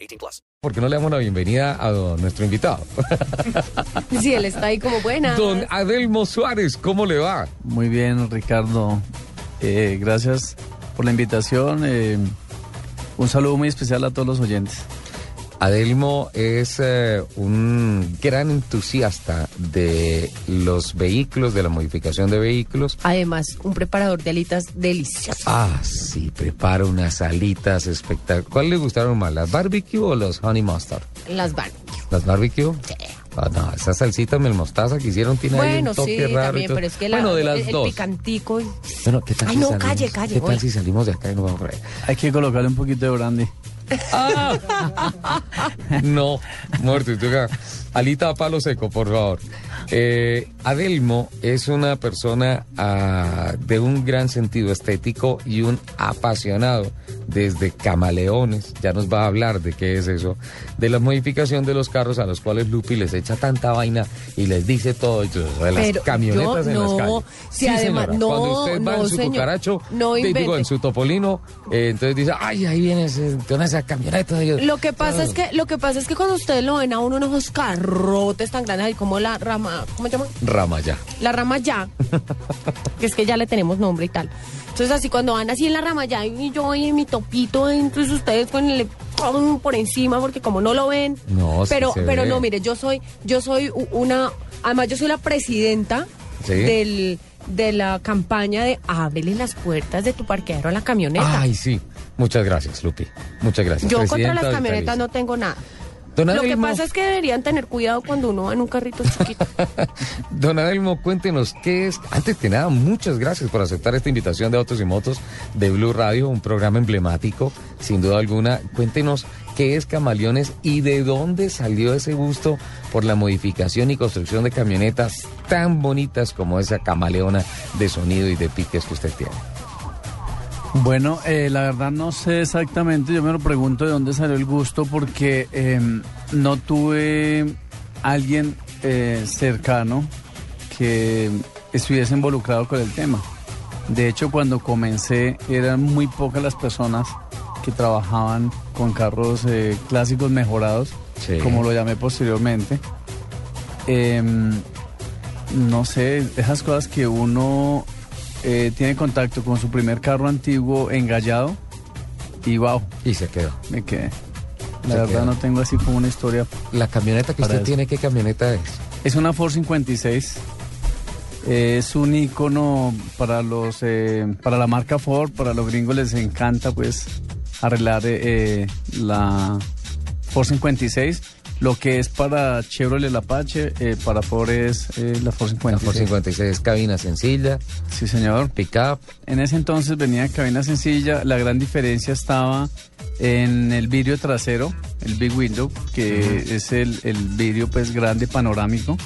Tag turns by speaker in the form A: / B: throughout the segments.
A: 18 plus.
B: ¿Por qué no le damos la bienvenida a don- nuestro invitado?
C: Sí, él está ahí como buena.
B: Don Adelmo Suárez, ¿cómo le va?
D: Muy bien, Ricardo. Eh, gracias por la invitación. eh, un saludo muy especial a todos los oyentes.
B: Adelmo es eh, un gran entusiasta de los vehículos, de la modificación de vehículos.
C: Además, un preparador de alitas delicioso.
B: Ah, sí, prepara unas alitas espectaculares. ¿Cuál le gustaron más, las barbecue o los honey mustard?
C: Las van.
B: ¿Las barbecue? Ah, no, esa salsita mel mostaza que hicieron tiene ahí
C: Bueno,
B: un toque
C: sí,
B: raro. y
C: también,
B: todo.
C: pero es que la-
B: bueno, de las
C: el, el
B: dos.
C: picantico. y-
B: Bueno, ¿qué tal
C: Ay,
B: si
C: no,
B: salimos?
C: calle, calle,
B: ¿Qué tal
C: oiga.
B: si salimos de acá y nos vamos por ahí?
D: Hay que colocarle un poquito de brandy.
B: No, muerto. y tú acá. Alita a palo seco, por favor. Eh, Adelmo es una persona ah, de un gran sentido estético y un apasionado desde camaleones, ya nos va a hablar de qué es eso, de la modificación de los carros a los cuales Lupi les echa tanta vaina y les dice todo, y todo eso, de las
C: Pero
B: camionetas
C: yo
B: en las
C: no,
B: calles.
C: si además-
B: señora,
C: no,
B: cuando usted va
C: no,
B: en su
C: señor,
B: cucaracho,
C: no
B: digo,
C: invente.
B: en su topolino, eh, entonces dice, ay, ahí viene ese, con esa camioneta. y-
C: Lo que pasa es que, lo que pasa es que cuando ustedes lo ven a uno unos carrotes tan grandes ahí como la rama, ¿cómo se llama?
B: Ah, Rama ya.
C: La rama ya. que es que ya le tenemos nombre y tal. Entonces así cuando van así en la rama ya y yo ahí en mi topito dentro y ustedes con el ¡pum! por encima porque como no lo ven.
B: No, sí
C: pero
B: se
C: pero
B: ve.
C: no, mire, yo soy yo soy u- una además yo soy la presidenta
B: Sí.
C: del de la campaña de ábrele las puertas de tu parqueadero a la camioneta.
B: Ay, sí. Muchas gracias, Lupi. Muchas gracias.
C: yo contra
B: Presidenta
C: las
B: del
C: camionetas
B: Caribe.
C: no tengo nada.
B: Don
C: Lo que
B: Adelmo,
C: pasa es que deberían tener cuidado cuando uno va en un carrito chiquito.
B: Don Adelmo, cuéntenos qué es. Antes que nada, muchas gracias por aceptar esta invitación de Autos y Motos de Blue Radio, un programa emblemático, sin duda alguna. Cuéntenos qué es Camaleones y de dónde salió ese gusto por la modificación y construcción de camionetas tan bonitas como esa camaleona de sonido y de piques que usted tiene.
D: Bueno, eh, la verdad no sé exactamente, yo me lo pregunto de dónde salió el gusto porque eh, no tuve alguien eh, cercano que estuviese involucrado con el tema. De hecho, cuando comencé eran muy pocas las personas que trabajaban con carros eh, clásicos mejorados,
B: Sí.
D: como lo llamé posteriormente. Em, no sé, esas cosas que uno eh, tiene contacto con su primer carro antiguo engallado y wow,
B: Y se quedó.
D: me quedé.
B: Se
D: La verdad
B: quedó.
D: no tengo así como una historia.
B: La camioneta que
D: Para
B: usted
D: eso.
B: tiene, ¿qué camioneta es?
D: Es una Ford 56. Es un icono para los eh, para la marca Ford, para los gringos les encanta pues arreglar eh, eh, la Ford 56. Lo que es para Chevrolet el Apache, eh, para Ford es eh, la Ford 56.
B: La Ford 56, cabina sencilla,
D: Sí, señor.
B: pickup.
D: En ese entonces venía en cabina sencilla, la gran diferencia estaba en el vidrio trasero, el big window, que es el, el vidrio pues grande panorámico.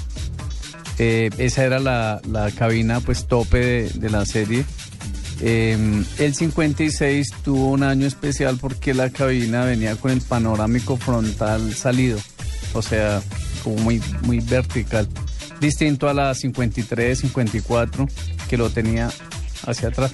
D: Eh, esa era la, la cabina pues tope de, de la serie. Eh, el 56 tuvo un año especial porque la cabina venía con el panorámico frontal salido, o sea, como muy, muy vertical. Distinto a la 53, 54, que lo tenía hacia atrás.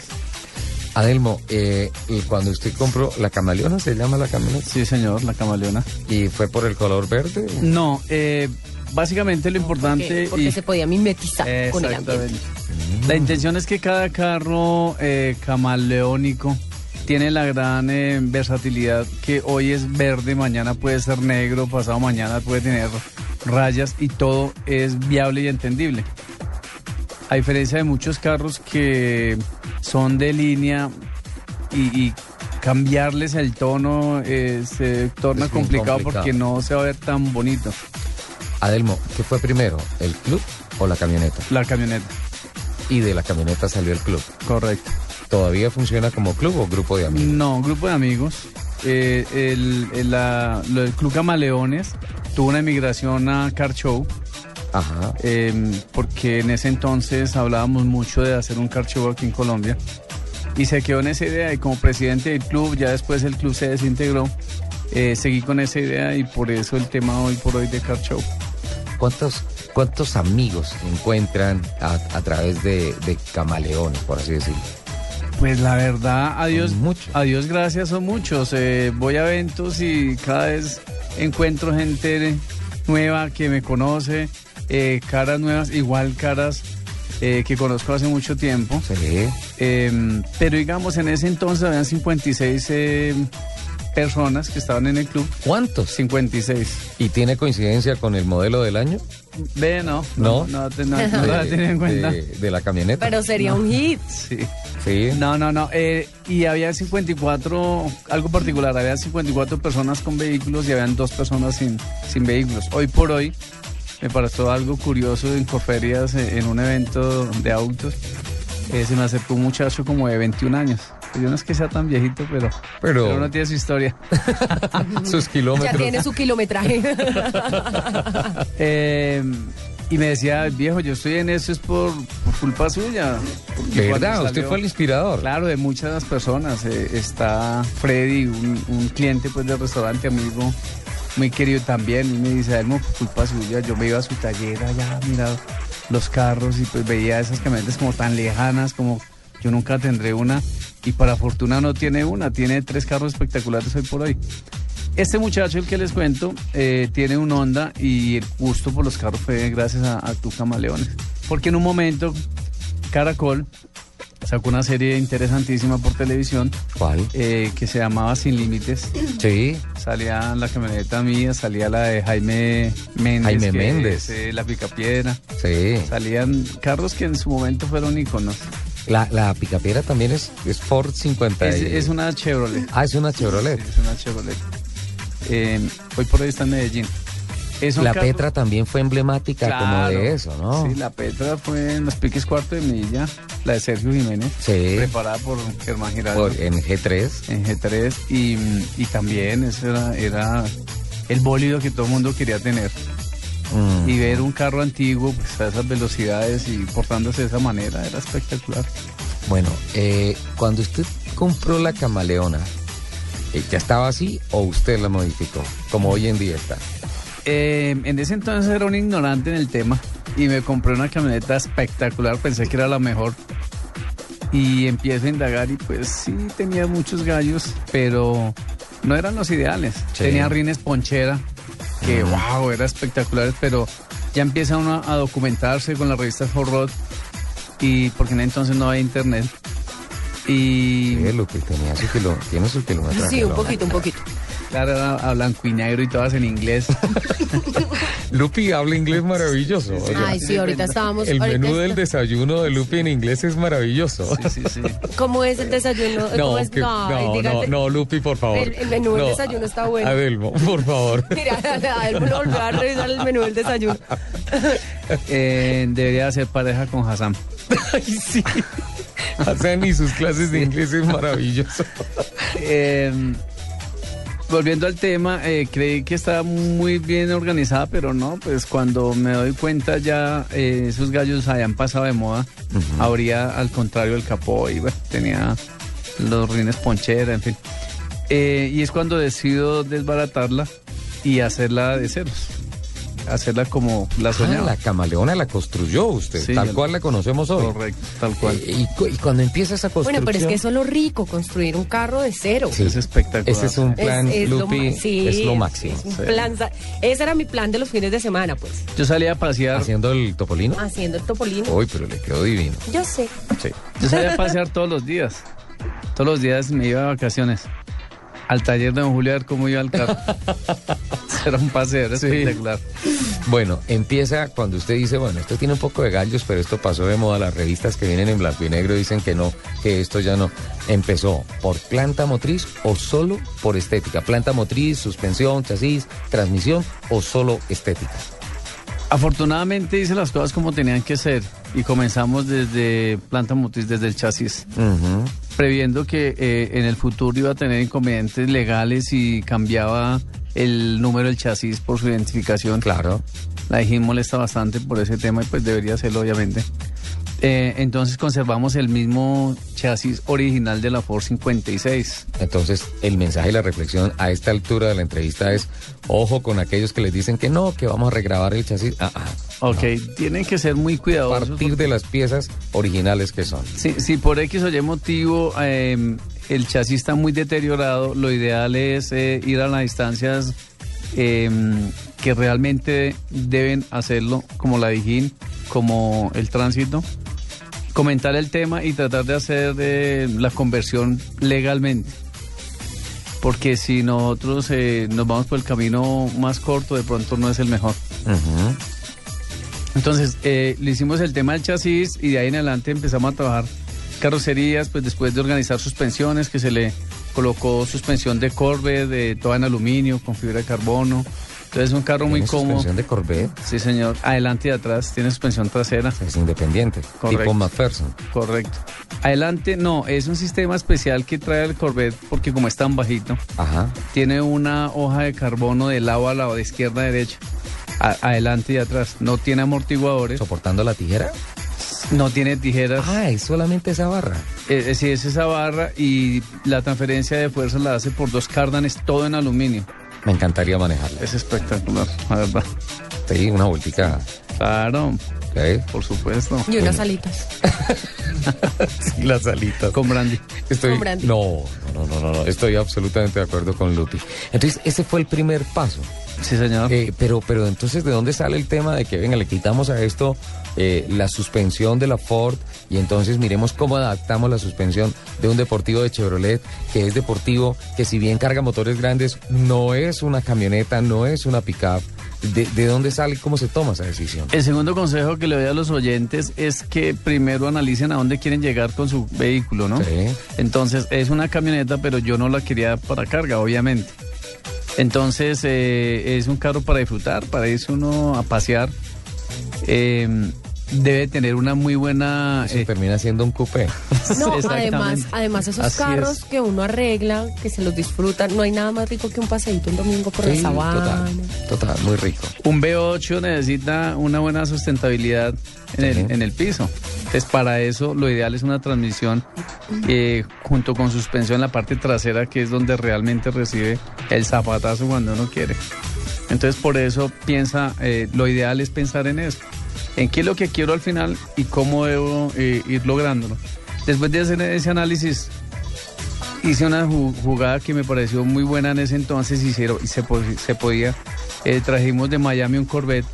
B: Adelmo, eh, y cuando usted compró la camaleona, se llama la camioneta,
D: Sí, señor, la camaleona.
B: y fue por el color verde.
D: No, eh, básicamente lo importante...
C: porque porque
D: y-
C: se podía mimetizar con el ambiente.
D: Exactamente. La intención es que cada carro eh, camaleónico tiene la gran eh, versatilidad que hoy es verde, mañana puede ser negro, pasado mañana puede tener rayas y todo es viable y entendible. A diferencia de muchos carros que son de línea y, y cambiarles el tono eh, se torna
B: Es muy
D: complicado,
B: complicado.
D: porque no se va a ver tan bonito
B: Adelmo, ¿qué fue primero, el club o la camioneta?
D: la camioneta.
B: Y de la camioneta salió el club.
D: Correcto.
B: ¿Todavía funciona como club o grupo de amigos?
D: No, grupo de amigos. eh, el, el- la- lo del Club Camaleones tuvo una emigración a Car Show,
B: Ajá.
D: eh, porque en ese entonces hablábamos mucho de hacer un car show aquí en Colombia. Y se quedó en esa idea y como presidente del club, ya después el club se desintegró, eh, seguí con esa idea y por eso el tema hoy por hoy de car show.
B: ¿Cuántos, cuántos amigos encuentran a, a través de, de camaleones, por así decirlo?
D: Pues la verdad, a Dios,
B: muchos.
D: a Dios gracias, son muchos. Eh, voy a eventos y cada vez encuentro gente nueva que me conoce, eh, caras nuevas, igual caras eh, que conozco hace mucho tiempo.
B: Sí.
D: Eh, pero digamos, en ese entonces habían 56 eh, personas que estaban en el club.
B: ¿Cuántos?
D: 56.
B: ¿Y tiene coincidencia con el modelo del año?
D: Ve, no.
B: No.
D: No, no, te- no, no lo había tenido en cuenta.
B: de- de la camioneta.
C: Pero sería un hit.
D: Sí.
B: sí.
D: No, no, no. eh, y había 54, algo particular, había 54 personas con vehículos y habían dos personas sin, sin vehículos. Hoy por hoy me pareció algo curioso en Coferias, eh, en un evento de autos, eh, se me acercó un muchacho como de 21 años. Yo no es que sea tan viejito, pero,
B: Pero-
D: pero no tiene su historia.
B: Sus
C: Ya
B: kilómetros.
C: tiene su kilometraje.
D: Eh, y me decía, viejo, yo estoy en eso es por, por culpa suya. Porque
B: ¿Verdad?
D: cuando
B: Usted
D: salió-
B: fue el inspirador.
D: Claro, de muchas personas. eh, está Freddy, un, un cliente pues del restaurante, amigo, muy querido también. Y me dice, Elmo, por culpa suya, yo me iba a su taller allá, mira los carros y pues veía esas camionetas como tan lejanas, como yo nunca tendré una. Y para fortuna no tiene una, tiene tres carros espectaculares hoy por hoy. Este muchacho, el que les cuento, eh, tiene un Honda y el gusto por los carros fue gracias a, a tu camaleones. Porque en un momento, Caracol sacó una serie interesantísima por televisión
B: ¿Cuál?
D: eh, que se llamaba Sin Límites.
B: Sí.
D: Salía la camioneta mía, salía la de Jaime Méndez.
B: Jaime
D: que
B: Méndez.
D: es, eh, la Picapiedra.
B: Sí.
D: Salían carros que en su momento fueron iconos.
B: La, la picapiedra también es, es Ford 50.
D: Es,
B: y-
D: es una Chevrolet.
B: Ah, es una Chevrolet.
D: Sí, es una Chevrolet. Eh, hoy por hoy está en Medellín. Es un
B: La
D: carro-
B: Petra también fue emblemática como
D: Claro.
B: de eso, ¿no?
D: Sí, la Petra fue en los piques cuarto de milla, la de Sergio Jiménez,
B: Sí.
D: preparada por Germán Giraldo.
B: Por- en G3.
D: en G3 y, y también eso era, era el bólido que todo el mundo quería tener.
B: Mm.
D: Y ver un carro antiguo pues, a esas velocidades y portándose de esa manera era espectacular.
B: Bueno, eh, cuando usted compró la camaleona, eh, ¿ya estaba así o usted la modificó? Como hoy en día está.
D: Eh, en ese entonces era un ignorante en el tema y me compré una camioneta espectacular, pensé que era la mejor. Y empiezo a indagar y pues sí tenía muchos gallos, pero no eran los ideales.
B: Sí. Mm.
D: Tenía rines ponchera, que wow, era espectacular, pero ya empieza uno a documentarse con la revista Forrod y porque en entonces no había internet. Y
B: Sí, Eh, Lupi, tenía su kilo, tiene su kilometraje.
C: Sí, un
B: ¿no?
C: poquito, un poquito.
D: claro, era a blanco y negro y todas en inglés.
B: Lupi habla inglés maravilloso. o sea,
C: Ay, sí, ahorita estábamos.
B: el
C: ahorita
B: menú del
C: está-
B: desayuno de Lupi en inglés es maravilloso.
D: sí, sí.
C: ¿Cómo es el desayuno? ¿Cómo es?
B: que-
C: ay,
B: no, no,
C: dígate-
B: no, Oh, Lupi, por favor.
C: El- el menú del
B: No,
C: desayuno está bueno.
B: Adelmo, por favor.
C: Mira, a él volvió a revisar el menú del desayuno.
D: Eh, debería ser pareja con Hassan.
B: Ay, sí. Hassan y sus clases de inglés es maravilloso.
D: Eh, volviendo al tema, eh, creí que estaba muy bien organizada, pero no, pues cuando me doy cuenta ya eh, esos gallos habían pasado de moda. Abría al contrario el capó y bueno, tenía los rines ponchera, en fin. Eh, y es cuando decido desbaratarla y hacerla de ceros. Hacerla como la
B: Ah,
D: soñaba.
B: la camaleona la construyó usted,
D: Sí,
B: tal
D: ya-
B: cual la conocemos hoy.
D: Correcto, tal cual.
B: Eh, Y, cu- y cuando empieza esa
C: Bueno,
B: construcción...
C: pero es que eso es lo rico, construir un carro de cero.
B: Sí.
D: Es espectacular.
B: Ese es un
C: Es-
B: plan,
C: es lo
B: Lupi,
C: ma- sí,
B: es lo
C: es-
B: máximo.
C: es un plan sa- ese era mi plan de los fines de semana, pues.
D: Yo salí a pasear
B: Haciendo el topolino.
C: Haciendo el topolino.
B: Uy, pero le quedó divino.
C: Yo sé.
D: Yo salía a pasear todos los días. Todos los días me iba de vacaciones. Al taller de don Julio a ver cómo iba el carro. era un paseo, era espectacular.
B: Bueno, empieza cuando usted dice, bueno, esto tiene un poco de gallos, pero esto pasó de moda. Las revistas que vienen en blanco y negro dicen que no, que esto ya no. ¿Empezó por planta motriz o solo por estética? ¿Planta motriz, suspensión, chasis, transmisión o solo estética?
D: Afortunadamente hice las cosas como tenían que ser y comenzamos desde planta motriz, desde el chasis.
B: Ujú.
D: previendo que eh, en el futuro iba a tener inconvenientes legales y cambiaba el número del chasis por su identificación.
B: Claro.
D: La IGIN molesta bastante por ese tema y pues debería hacerlo obviamente. Eh, entonces conservamos el mismo chasis original de la Ford 56.
B: Entonces, el mensaje y la reflexión a esta altura de la entrevista es, ojo con aquellos que les dicen que no, que vamos a regrabar el chasis. Ah, ah,
D: Ok, tienen que ser muy
B: a
D: cuidadosos.
B: partir de las piezas originales que son.
D: Si, si por X o Y motivo eh, el chasis está muy deteriorado, lo ideal es eh, ir a las distancias eh, que realmente deben hacerlo, como la Dijín, como el tránsito. Comentar el tema y tratar de hacer eh, la conversión legalmente. Porque si nosotros eh, nos vamos por el camino más corto, de pronto no es el mejor.
B: Ujú.
D: Entonces, eh, le hicimos el tema del chasis y de ahí en adelante empezamos a trabajar carrocerías, pues después de organizar suspensiones, que se le colocó suspensión de Corvette, de toda en aluminio, con fibra de carbono. Entonces, un carro muy
B: Tiene
D: cómodo.
B: suspensión de Corvette,
D: Sí, señor. Adelante y atrás, tiene suspensión trasera.
B: es independiente,
D: Correcto.
B: tipo McPherson.
D: Correcto. Adelante, no, es un sistema especial que trae el Corvette porque como es tan bajito,
B: Ajá.
D: tiene una hoja de carbono de lado a lado, de izquierda a derecha, a- adelante y atrás. No tiene amortiguadores,
B: ¿Soportando la tijera?
D: no tiene tijeras.
B: Ah, es solamente esa barra.
D: Eh, eh, sí, es esa barra y la transferencia de fuerza la hace por dos cárdanes, todo en aluminio.
B: Me encantaría manejarla.
D: Es espectacular, la verdad.
B: Sí, una vueltica.
D: Claro,
B: ¿ok?
D: por supuesto.
C: Y unas alitas.
B: Sí, las alitas.
D: Con brandy.
B: Estoy,
C: Con brandy.
B: no, no, no, no, no, estoy absolutamente de acuerdo con Lupi. Entonces, ese fue el primer paso.
D: Sí, señor.
B: Eh, pero, pero entonces, ¿de dónde sale el tema de que, venga, le quitamos a esto eh, la suspensión de la Ford y entonces miremos cómo adaptamos la suspensión de un deportivo de Chevrolet que es deportivo, que si bien carga motores grandes, no es una camioneta, no es una pickup? ¿De, de dónde sale y cómo se toma esa decisión?
D: El segundo consejo que le doy a los oyentes es que primero analicen a dónde quieren llegar con su vehículo, ¿no?
B: Sí.
D: Entonces, es una camioneta, pero yo no la quería para carga, obviamente. Entonces, eh, es un carro para disfrutar, para irse uno a pasear. Eh, debe tener una muy buena...
B: Eso
D: eh,
B: termina siendo un coupé.
C: No,
D: Exactamente.
C: además, además esos
D: Así
C: carros
D: es.
C: que uno arregla, que se los disfruta, no hay nada más rico que un paseíto el domingo por la
B: Sí,
C: sabana.
B: total, total, muy rico.
D: Un V8 necesita una buena sustentabilidad en el,
B: Ujú.
D: en el piso. Entonces, para eso lo ideal es una transmisión eh, junto con suspensión en la parte trasera, que es donde realmente recibe el zapatazo cuando uno quiere. Entonces, por eso piensa, eh, lo ideal es pensar en eso. En qué es lo que quiero al final y cómo debo eh, ir lográndolo. Después de hacer ese análisis, hice una ju- jugada que me pareció muy buena en ese entonces y se, y se, po- se podía. Eh, trajimos de Miami un Corvette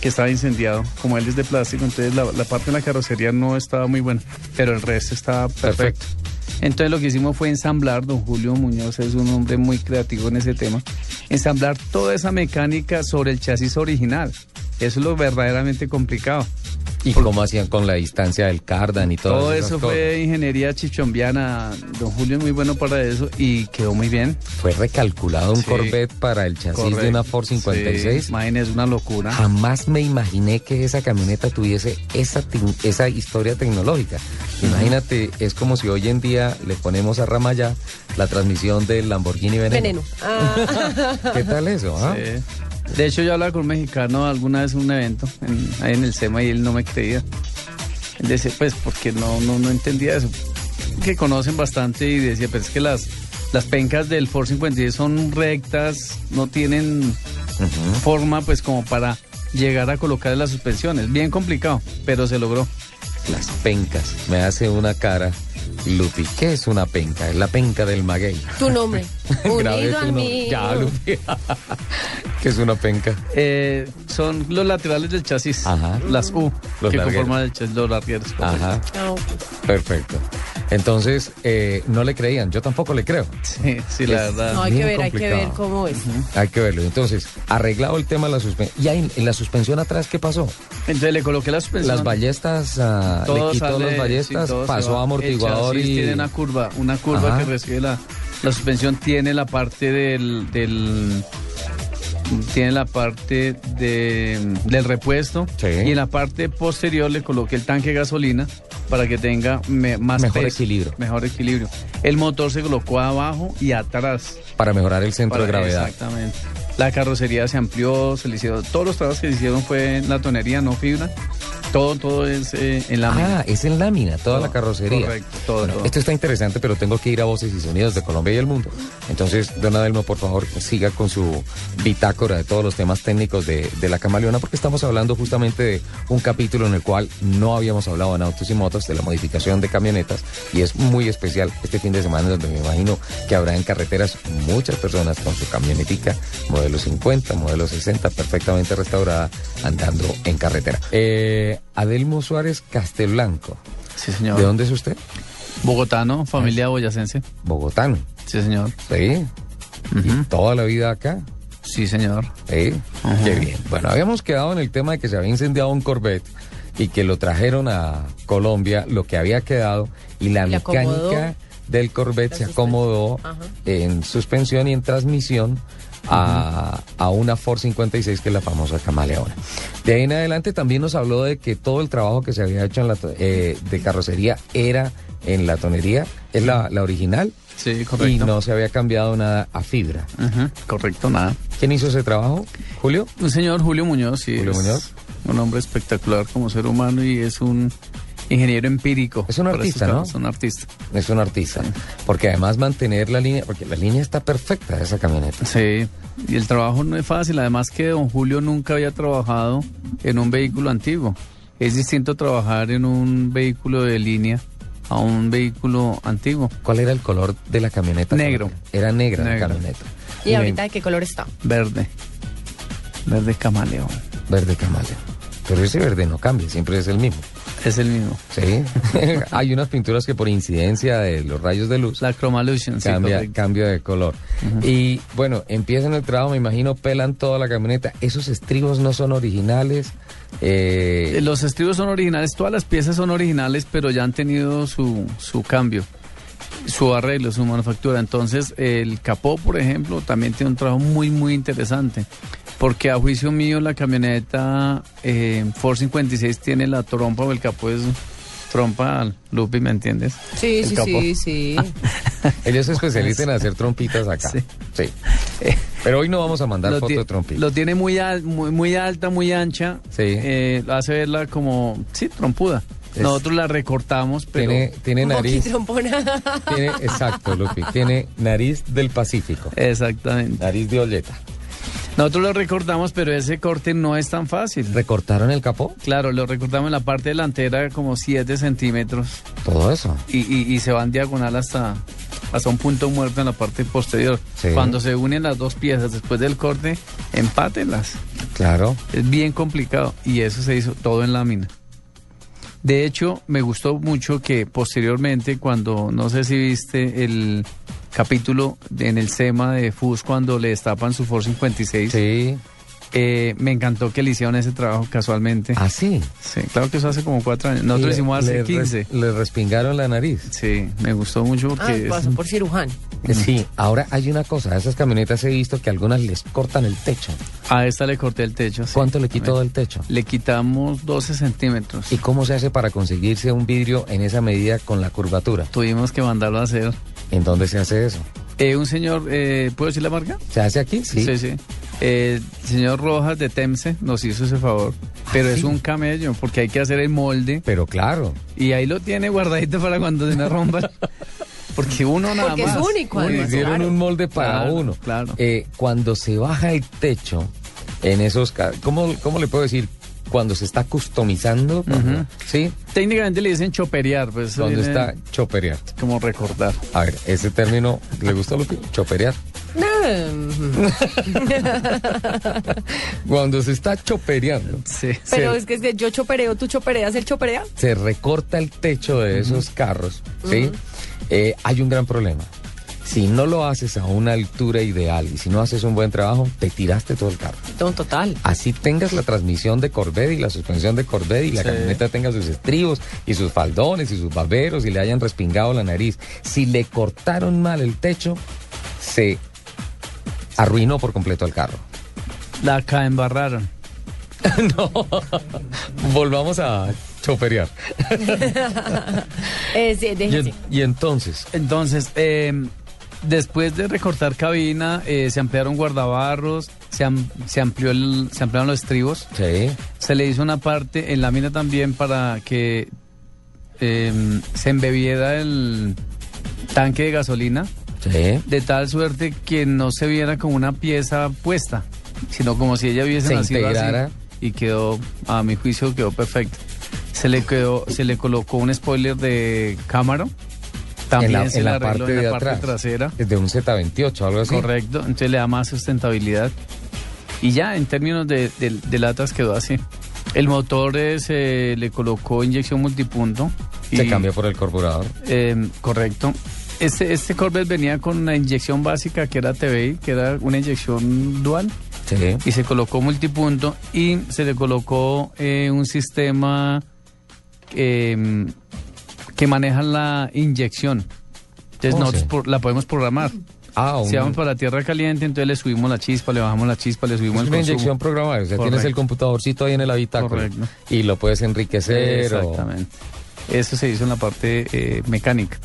D: que estaba incendiado, como él es de plástico, entonces la, la parte de la carrocería no estaba muy buena, pero el resto estaba perfecto. Entonces lo que hicimos fue ensamblar, don Julio Muñoz es un hombre muy creativo en ese tema, ensamblar toda esa mecánica sobre el chasis original. Eso es lo verdaderamente complicado.
B: ¿Y cómo hacían con la distancia del cardan y todo
D: Todo eso
B: cosas?
D: fue ingeniería chichombiana. Don Julio es muy bueno para eso y quedó muy bien.
B: Fue recalculado un
D: Sí.
B: Corvette para el chasis de
D: Correcto.
B: una Ford 56.
D: Sí, ¿ah? imagínese, una locura.
B: Jamás me imaginé que esa camioneta tuviese esa, tin- esa historia tecnológica. Imagínate, es como si hoy en día le ponemos a Ramaya la transmisión del Lamborghini Veneno.
C: Veneno. Ah,
B: ¿Qué tal eso? ah?
D: Sí. De hecho, yo hablaba con un mexicano alguna vez en un evento en, ahí en el SEMA y él no me creía. Él decía, pues, porque no, no, no entendía eso. Que conocen bastante y decía, pero es que las, las pencas del Ford 56 son rectas, no tienen forma, pues, como para llegar a colocar las suspensiones. Bien complicado, pero se logró.
B: Las pencas. Me hace una cara. Lupi, ¿qué es una penca? Es la penca del maguey.
C: tu nombre.
B: Grabé
C: Unido
B: tu
C: a
B: nombre.
C: mí.
B: Ya, Lupi. ¿Qué es una penca?
D: Eh, son los laterales del chasis,
B: Ajá.
D: las U,
B: Los
D: que
B: largueros.
D: conforman el chasis, los largueros.
B: Ajá.
C: Ah,
B: Perfecto. Entonces, eh, no le creían. Yo tampoco le creo.
D: Sí, sí, la verdad.
C: No, hay que
B: Bien
C: ver, hay que ver
B: complicado.
C: cómo es.
B: Hay que verlo. Entonces, arreglado el tema de la suspensión. ¿Y ahí en- en la suspensión atrás qué pasó?
D: Entonces le coloqué la suspensión.
B: Las ballestas, ah, le
D: Pues Todo
B: quitó
D: sale,
B: las ballestas,
D: sí, todo se
B: pasó
D: va.
B: a amortiguador
D: El chasis
B: y...
D: tiene una curva, una curva
B: Ajá.
D: que recibe la, la suspensión tiene la parte del, del- tiene la parte de- del repuesto
B: Sí.
D: y en la parte posterior le coloqué el tanque de gasolina para que tenga me- más
B: Mejor
D: peso,
B: equilibrio.
D: Mejor equilibrio. El motor se colocó abajo y atrás.
B: para mejorar el centro de
D: Para-
B: gravedad.
D: Exactamente. La carrocería se amplió, se le hicieron. Todos los trabajos que se hicieron fue en la tonería, no fibra. Todo, todo es eh, en la
B: Ah, es en lámina, toda
D: Todo,
B: la carrocería.
D: correcto, todo,
B: Bueno, este
D: todo.
B: Esto está interesante, pero tengo que ir a Voces y Sonidos de Colombia y el Mundo. Entonces, Dona Delmo, por favor, siga con su bitácora de todos los temas técnicos de, de la camaleona, porque estamos hablando justamente de un capítulo en el cual no habíamos hablado en autos y motos, de la modificación de camionetas, y es muy especial este fin de semana, donde me imagino que habrá en carreteras muchas personas con su camionetica, modelo 50, modelo 60, perfectamente restaurada, andando en carretera. Eh, Adelmo Suárez Castelblanco.
D: Sí, señor.
B: ¿De dónde Ah, es usted?
D: Bogotano, familia boyacense.
B: Bogotano.
D: Sí, señor.
B: Sí. Y toda la vida acá.
D: Sí, señor.
B: Sí. Qué bien. Bueno, habíamos quedado en el tema de que se había incendiado un Corvette y que lo trajeron a Colombia, lo que había quedado, y la
C: Le acomodó.
B: mecánica del Corvette se acomodó
C: suspensión. Ajá.
B: en suspensión y en transmisión a, a una Ford 56 que es la famosa camaleona. De ahí en adelante también nos habló de que todo el trabajo que se había hecho en la to- eh, de carrocería era en la tonería, es la, la original,
D: Sí,
B: y
D: correcto.
B: no se había cambiado nada a fibra.
D: Ujú, Correcto, nada.
B: ¿Quién hizo ese trabajo? Julio.
D: Un señor Julio Muñoz, sí.
B: Julio
D: es
B: Muñoz.
D: Un hombre espectacular como ser humano y es un ingeniero empírico.
B: Es un
D: para
B: artista,
D: estos
B: ¿no?
D: casos, Es un artista.
B: Es un artista. Porque además mantener la línea, porque la línea está perfecta de esa camioneta.
D: Sí, y el trabajo no es fácil. Además que don Julio nunca había trabajado en un vehículo antiguo. Es distinto trabajar en un vehículo de línea a un vehículo antiguo.
B: ¿Cuál era el color de la camioneta?
D: Negro.
B: Era negra la
D: Negro.
B: camioneta.
C: ¿Y ahorita de qué color está?
D: Verde. Verde camaleón.
B: Verde camaleón. Pero ese verde no cambia, siempre es el mismo.
D: Es el mismo.
B: Sí. Hay unas pinturas que por incidencia de los rayos de luz
D: La Chromalution, sí,
B: cambia,
D: correcto.
B: cambia de color. Y bueno, empiezan el trabajo, me imagino, pelan toda la camioneta. Esos estribos no son originales. eh,
D: Eh, Los estribos son originales, todas las piezas son originales, pero ya han tenido su, su cambio, su arreglo, su manufactura. Entonces, el capó, por ejemplo, también tiene un trabajo muy, muy interesante. Porque a juicio mío, la camioneta eh, Ford 56 tiene la trompa o el capó es trompa, Lupi, ¿me entiendes?
C: Sí,
D: El
C: sí,
D: capó.
C: sí, sí.
B: Ah, Ellos se especializan en hacer trompitas acá. Sí.
D: Sí.
B: Pero hoy no vamos a mandar
D: lo
B: foto
D: tie-
B: de trompita.
D: Lo tiene muy, al- muy, muy alta, muy ancha.
B: Sí.
D: Eh, lo hace verla como, sí, trompuda.
B: Es-
D: Nosotros la recortamos, pero...
B: tiene, tiene
C: Un
B: nariz.
C: poquitrompona.
B: Tiene, exacto, Lupi. Tiene nariz del Pacífico.
D: Exactamente.
B: Nariz de Olleta.
D: Nosotros lo recortamos, pero ese corte no es tan fácil.
B: ¿Recortaron el capó?
D: Claro, lo recortamos en la parte delantera como 7 centímetros
B: Todo eso.
D: y, y- y se va en diagonal hasta, hasta un punto muerto en la parte posterior.
B: Sí.
D: Cuando se unen las dos piezas después del corte, empátenlas.
B: Claro.
D: Es bien complicado y eso se hizo todo en lámina. De hecho, me gustó mucho que posteriormente, cuando no sé si viste el capítulo de- en el SEMA de FUS, cuando le destapan su Ford 56,
B: Sí.
D: eh, me encantó que le hicieron ese trabajo casualmente.
B: Así.
D: Sí, claro que eso hace como cuatro años. Nosotros hicimos hace 15.
B: Ah. Le respingaron la nariz.
D: Sí, me gustó mucho
C: Ah,
D: porque. es-
C: pasó por cirujano.
B: Sí, ahora hay una cosa. a Esas camionetas he visto que algunas les cortan el techo.
D: a esta le corté el techo. sí.
B: ¿Cuánto le quitó del techo?
D: Le quitamos 12 centímetros.
B: ¿Y cómo se hace para conseguirse un vidrio en esa medida con la curvatura?
D: Tuvimos que mandarlo a hacer.
B: ¿En dónde se hace eso?
D: Eh, un señor, eh, ¿puedo decir la marca?
B: ¿Se hace aquí?
D: sí. Eh, el señor Rojas de Temse nos hizo ese favor. Pero
B: ¿Ah,
D: es
B: sí?
D: un camello porque hay que hacer el molde.
B: Pero claro,
D: Y ahí lo tiene guardadito para cuando se me rompa. Porque uno nada
C: Porque es
D: más.
C: único,
D: Uno.
B: le
C: además.
B: hicieron
C: claro.
B: un molde para
D: Claro,
B: uno.
D: claro.
B: Eh, cuando se baja el techo, en esos ca- ¿cómo, ¿cómo le puedo decir? Cuando se está customizando, cuando-
D: Ujú.
B: ¿sí?
D: Técnicamente le dicen choperear, pues. eso
B: Cuando
D: viene
B: está choperear.
D: Como recordar.
B: A ver, ese término, ¿le gustó lo que? Choperear.
C: Ah, No,
B: Cuando se está chopereando,
D: Sí.
C: Pero
B: Sí.
C: es que es que yo chopereo, tú chopereas, él choperea.
B: se recorta el techo de esos carros, ¿sí? Eh, hay un gran problema. Si no lo haces a una altura ideal y si no haces un buen trabajo, te tiraste todo el carro.
C: No, total.
B: Así tengas la transmisión de Corvette y la suspensión de Corvette y la
D: Sí.
B: camioneta tenga sus estribos y sus faldones y sus barberos y le hayan respingado la nariz. Si le cortaron mal el techo, se arruinó por completo el carro.
D: La acá embarraron.
B: no, volvamos a Choferear.
C: Eh, sí,
B: Y,
C: déjese.
B: en- y entonces,
D: Entonces, eh, después de recortar cabina, eh, se ampliaron guardabarros, se, am- se, amplió el- se ampliaron los estribos.
B: sí,
D: Se le hizo una parte en la mina también para que eh, se embebiera el tanque de gasolina,
B: sí.
D: de tal suerte que no se viera como una pieza puesta, sino como si ella hubiese
B: Se
D: nacido así.
B: integrara.
D: Y quedó, a mi juicio, quedó perfecto. Se le, quedó, se le colocó un spoiler de cámara. También
B: en la,
D: se
B: en
D: le
B: la
D: arregló
B: parte
D: en
B: de
D: la parte
B: atrás.
D: trasera.
B: De un Z28, algo así.
D: Correcto, entonces le da más sustentabilidad. Y ya, en términos de, de- de latas quedó así. El motor eh, se le colocó inyección multipunto.
B: Se
D: y,
B: cambió por el carburador.
D: eh, correcto. Este, este Corvette venía con una inyección básica que era TBI, que era una inyección dual,
B: Sí.
D: y se colocó multipunto y se le colocó eh, un sistema eh, que maneja la inyección. Entonces
B: Oh,
D: nosotros
B: sí.
D: por- la podemos programar.
B: Ah, un-
D: Si vamos para tierra caliente, entonces le subimos la chispa, le bajamos la chispa, le subimos
B: es
D: el
B: Pues una
D: consumo.
B: inyección programada. O sea, tienes
D: Correcto.
B: el computadorcito ahí en el habitáculo.
D: Correcto.
B: Y lo puedes enriquecer. o-
D: Exactamente. Eso se hizo en la parte eh, mecánica.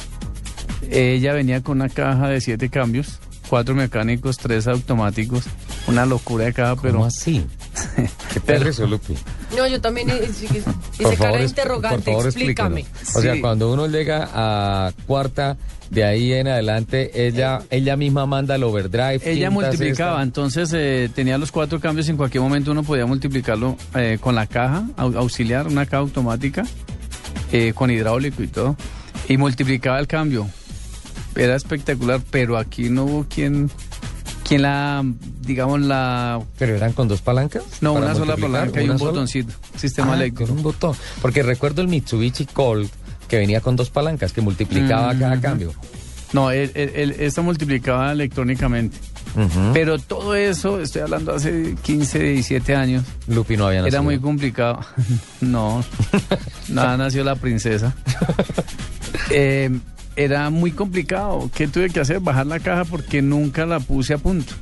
D: Ella venía con una caja de siete cambios, cuatro mecánicos, tres automáticos. Una locura de caja,
B: ¿Cómo
D: pero
B: así? ¿Qué tal resolupe?
C: No, yo también. eh, sí que-
B: Por
C: Hice cara de
B: favor,
C: interrogante.
B: por favor, explíquenos.
C: explícame.
B: O sea,
D: Sí.
B: cuando uno llega a cuarta, de ahí en adelante, ella, ella misma manda el overdrive.
D: ella
B: quinta,
D: multiplicaba.
B: sexta.
D: Entonces eh, tenía los cuatro cambios. En cualquier momento uno podía multiplicarlo eh, con la caja au- auxiliar, una caja automática, eh, con hidráulico y todo. Y multiplicaba el cambio. Era espectacular, pero aquí no hubo quien, quien la, digamos, la
B: Pero eran con dos palancas.
D: No,
B: para
D: una sola
B: multiplicar,
D: palanca y un
B: una sola.
D: botoncito. este Sistema
B: Ah,
D: eléctrico.
B: con un botón. Porque recuerdo el Mitsubishi Colt que venía con dos palancas que multiplicaba cada cambio.
D: No, e-, él, él- él- esta multiplicaba electrónicamente.
B: Ujú.
D: Pero todo eso, estoy hablando hace 15, 17 años,
B: Lupi no había
D: era
B: nacido.
D: muy complicado. no, nada, nació la princesa. Eh, era muy complicado. ¿Qué tuve que hacer? Bajar la caja porque nunca la puse a punto.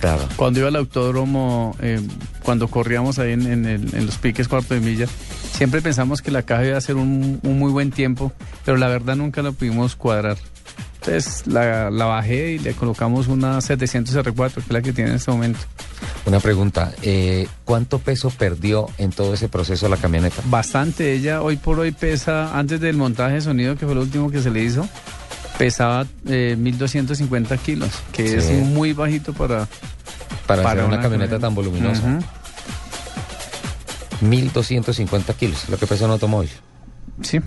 B: Claro.
D: Cuando iba al autódromo, eh, cuando corríamos ahí en, en el- en los piques cuarto de milla, siempre pensamos que la caja iba a ser un, un muy buen tiempo, pero la verdad nunca la pudimos cuadrar. Entonces la, la bajé y le colocamos una 700 R4, que es la que tiene en este momento.
B: Una pregunta. eh, ¿Cuánto peso perdió en todo ese proceso la camioneta?
D: Bastante, ella hoy por hoy pesa, antes del montaje de sonido, que fue lo último que se le hizo, pesaba eh, 1.250 kilos, que es
B: Sí.
D: muy bajito para,
B: Para,
D: para
B: hacer una, camioneta tan voluminosa.
D: Ujú.
B: 1250 kilos, lo que pesa un automóvil.
D: Sí,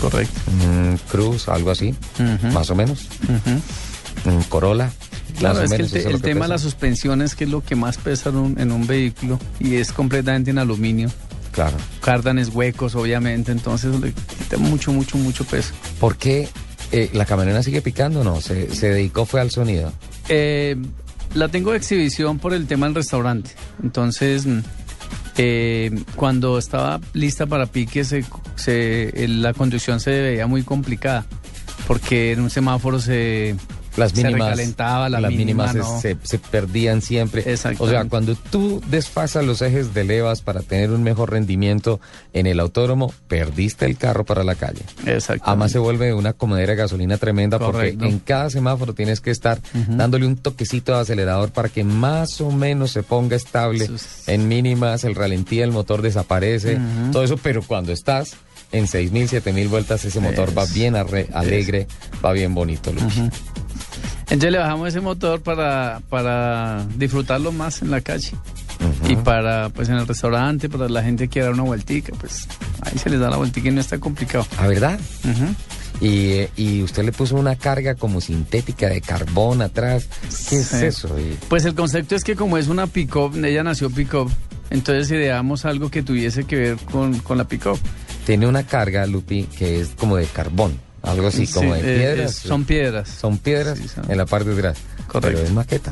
D: correcto.
B: Un Cruz, algo así,
D: Ujú.
B: más o menos.
D: Ujú.
B: Un Corolla.
D: Claro,
B: más
D: es
B: o
D: que el,
B: menos,
D: te-
B: eso es lo
D: el
B: que
D: tema de
B: pesa.
D: las suspensiones, que es lo que más pesa en un, en un vehículo, y es completamente en aluminio.
B: Claro.
D: Cárdanes huecos, obviamente, entonces le quita mucho, mucho, mucho peso.
B: ¿Por qué eh, la camioneta sigue picando o no? Se, se dedicó fue al sonido.
D: Eh, la tengo de exhibición por el tema del restaurante. Entonces, mm, eh, cuando estaba lista para pique, se, se- eh, la conducción se veía muy complicada, porque en un semáforo se...
B: Las
D: Se
B: mínimas.
D: recalentaba, la
B: las
D: mínima,
B: mínimas se-
D: no.
B: se, se perdían siempre. O sea,
D: Exactamente.
B: cuando tú desfasas los ejes de levas para tener un mejor rendimiento en el autódromo, perdiste el carro para la calle.
D: Exacto.
B: Además se vuelve una comedera de gasolina tremenda
D: Correcto.
B: porque en cada semáforo tienes que estar dándole un toquecito de acelerador para que más o menos se ponga estable
D: Sus-
B: en mínimas, el ralentí, el motor desaparece, todo eso, pero cuando estás en 6.000, 7.000 vueltas ese motor va
D: Es-
B: bien arre- alegre, va bien bonito, Lupi.
D: Entonces le bajamos ese motor para, para disfrutarlo más en la calle. Y para, pues en el restaurante, para la gente que dar una vueltica, pues ahí se les da la vueltica y no está complicado.
B: ¿A verdad?
D: Ujú.
B: Y, eh, y usted le puso una carga como sintética de carbón atrás. ¿Qué es
D: Sí.
B: eso? Y-
D: Pues el concepto es que como es una pick-up, ella nació pick-up, entonces ideamos algo que tuviese que ver con, con la pick-up.
B: tiene una carga, Lupi, que es como de carbón, algo así, como de
D: eh,
B: piedras.
D: es- son piedras.
B: son piedras
D: Sí, son-
B: en la parte de atrás.
D: Correcto.
B: Pero es maqueta.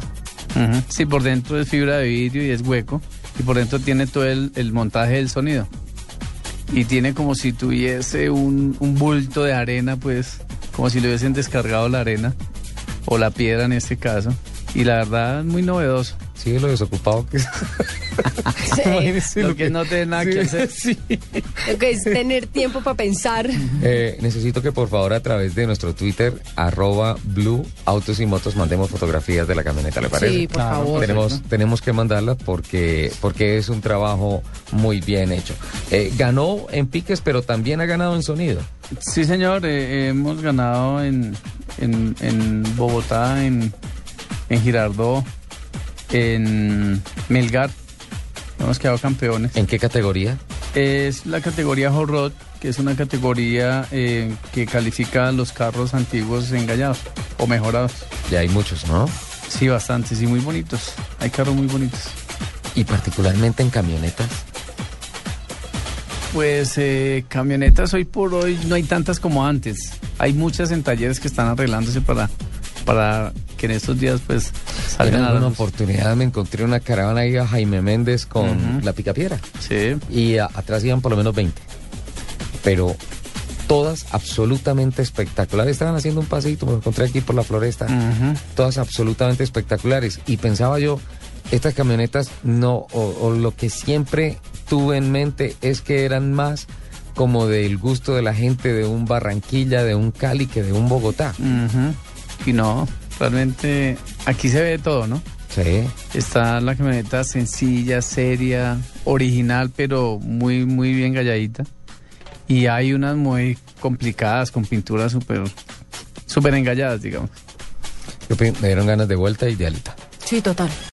D: Ujú. Sí, por dentro es fibra de vidrio y es hueco. Y por dentro tiene todo el, el montaje del sonido. Y tiene como si tuviese un, un bulto de arena, pues, como si le hubiesen descargado la arena o la piedra en este caso. Y la verdad, muy novedoso.
B: Sí, lo desocupado que es. Imagínese
D: Lo que no tiene nada que hacer.
B: Sí.
C: Lo que es tener tiempo para pensar.
B: Eh, necesito que por favor a través de nuestro Twitter, arroba blue autos y motos, mandemos fotografías de la camioneta, ¿le parece?
C: Sí, por
D: Claro,
C: favor.
B: Tenemos, tenemos que mandarlas porque, porque es un trabajo muy bien hecho. Eh, ganó en piques, pero también ha ganado en sonido.
D: Sí, señor, eh, hemos ganado en, en, en Bogotá, en, en Girardó, en Melgar. Hemos quedado campeones.
B: ¿En qué categoría?
D: Es la categoría Hot Rod, que es una categoría eh, que califica los carros antiguos engañados o mejorados.
B: Ya hay muchos, ¿no?
D: Sí, bastantes y muy bonitos. Hay carros muy bonitos.
B: Y particularmente en camionetas.
D: Pues eh, camionetas hoy por hoy no hay tantas como antes. Hay muchas en talleres que están arreglándose para, para que en estos días pues
B: En
D: salgan a la
B: alguna
D: luz.
B: oportunidad me encontré una caravana ahí a Jaime Méndez con
D: Ujú.
B: la picapiedra.
D: Sí.
B: y a- atrás iban por lo menos 20. Pero todas absolutamente espectaculares. Estaban haciendo un paseíto, me lo encontré aquí por la floresta.
D: Ujú.
B: Todas absolutamente espectaculares. Y pensaba yo, estas camionetas no, o, o lo que siempre tuve en mente es que eran más como del gusto de la gente de un Barranquilla, de un Cali, que de un Bogotá.
D: Ujú. Y no, realmente aquí se ve todo, ¿no?
B: Sí.
D: Está la camioneta sencilla, seria, original, pero muy, muy bien galladita. Y hay unas muy complicadas, con pinturas súper súper engalladas, digamos.
B: Yo pe- Me dieron ganas de vuelta y de alita.
C: Sí, total.